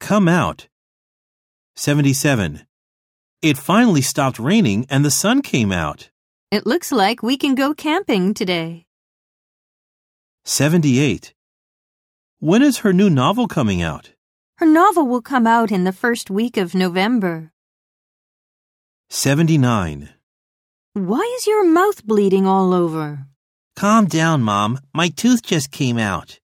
come out. 77. It finally stopped raining and the sun came out. It looks like we can go camping today. 78. When is her new novel coming out? Her novel will come out in the first week of November. 79. Why is your mouth bleeding all over? Calm down, Mom. My tooth just came out.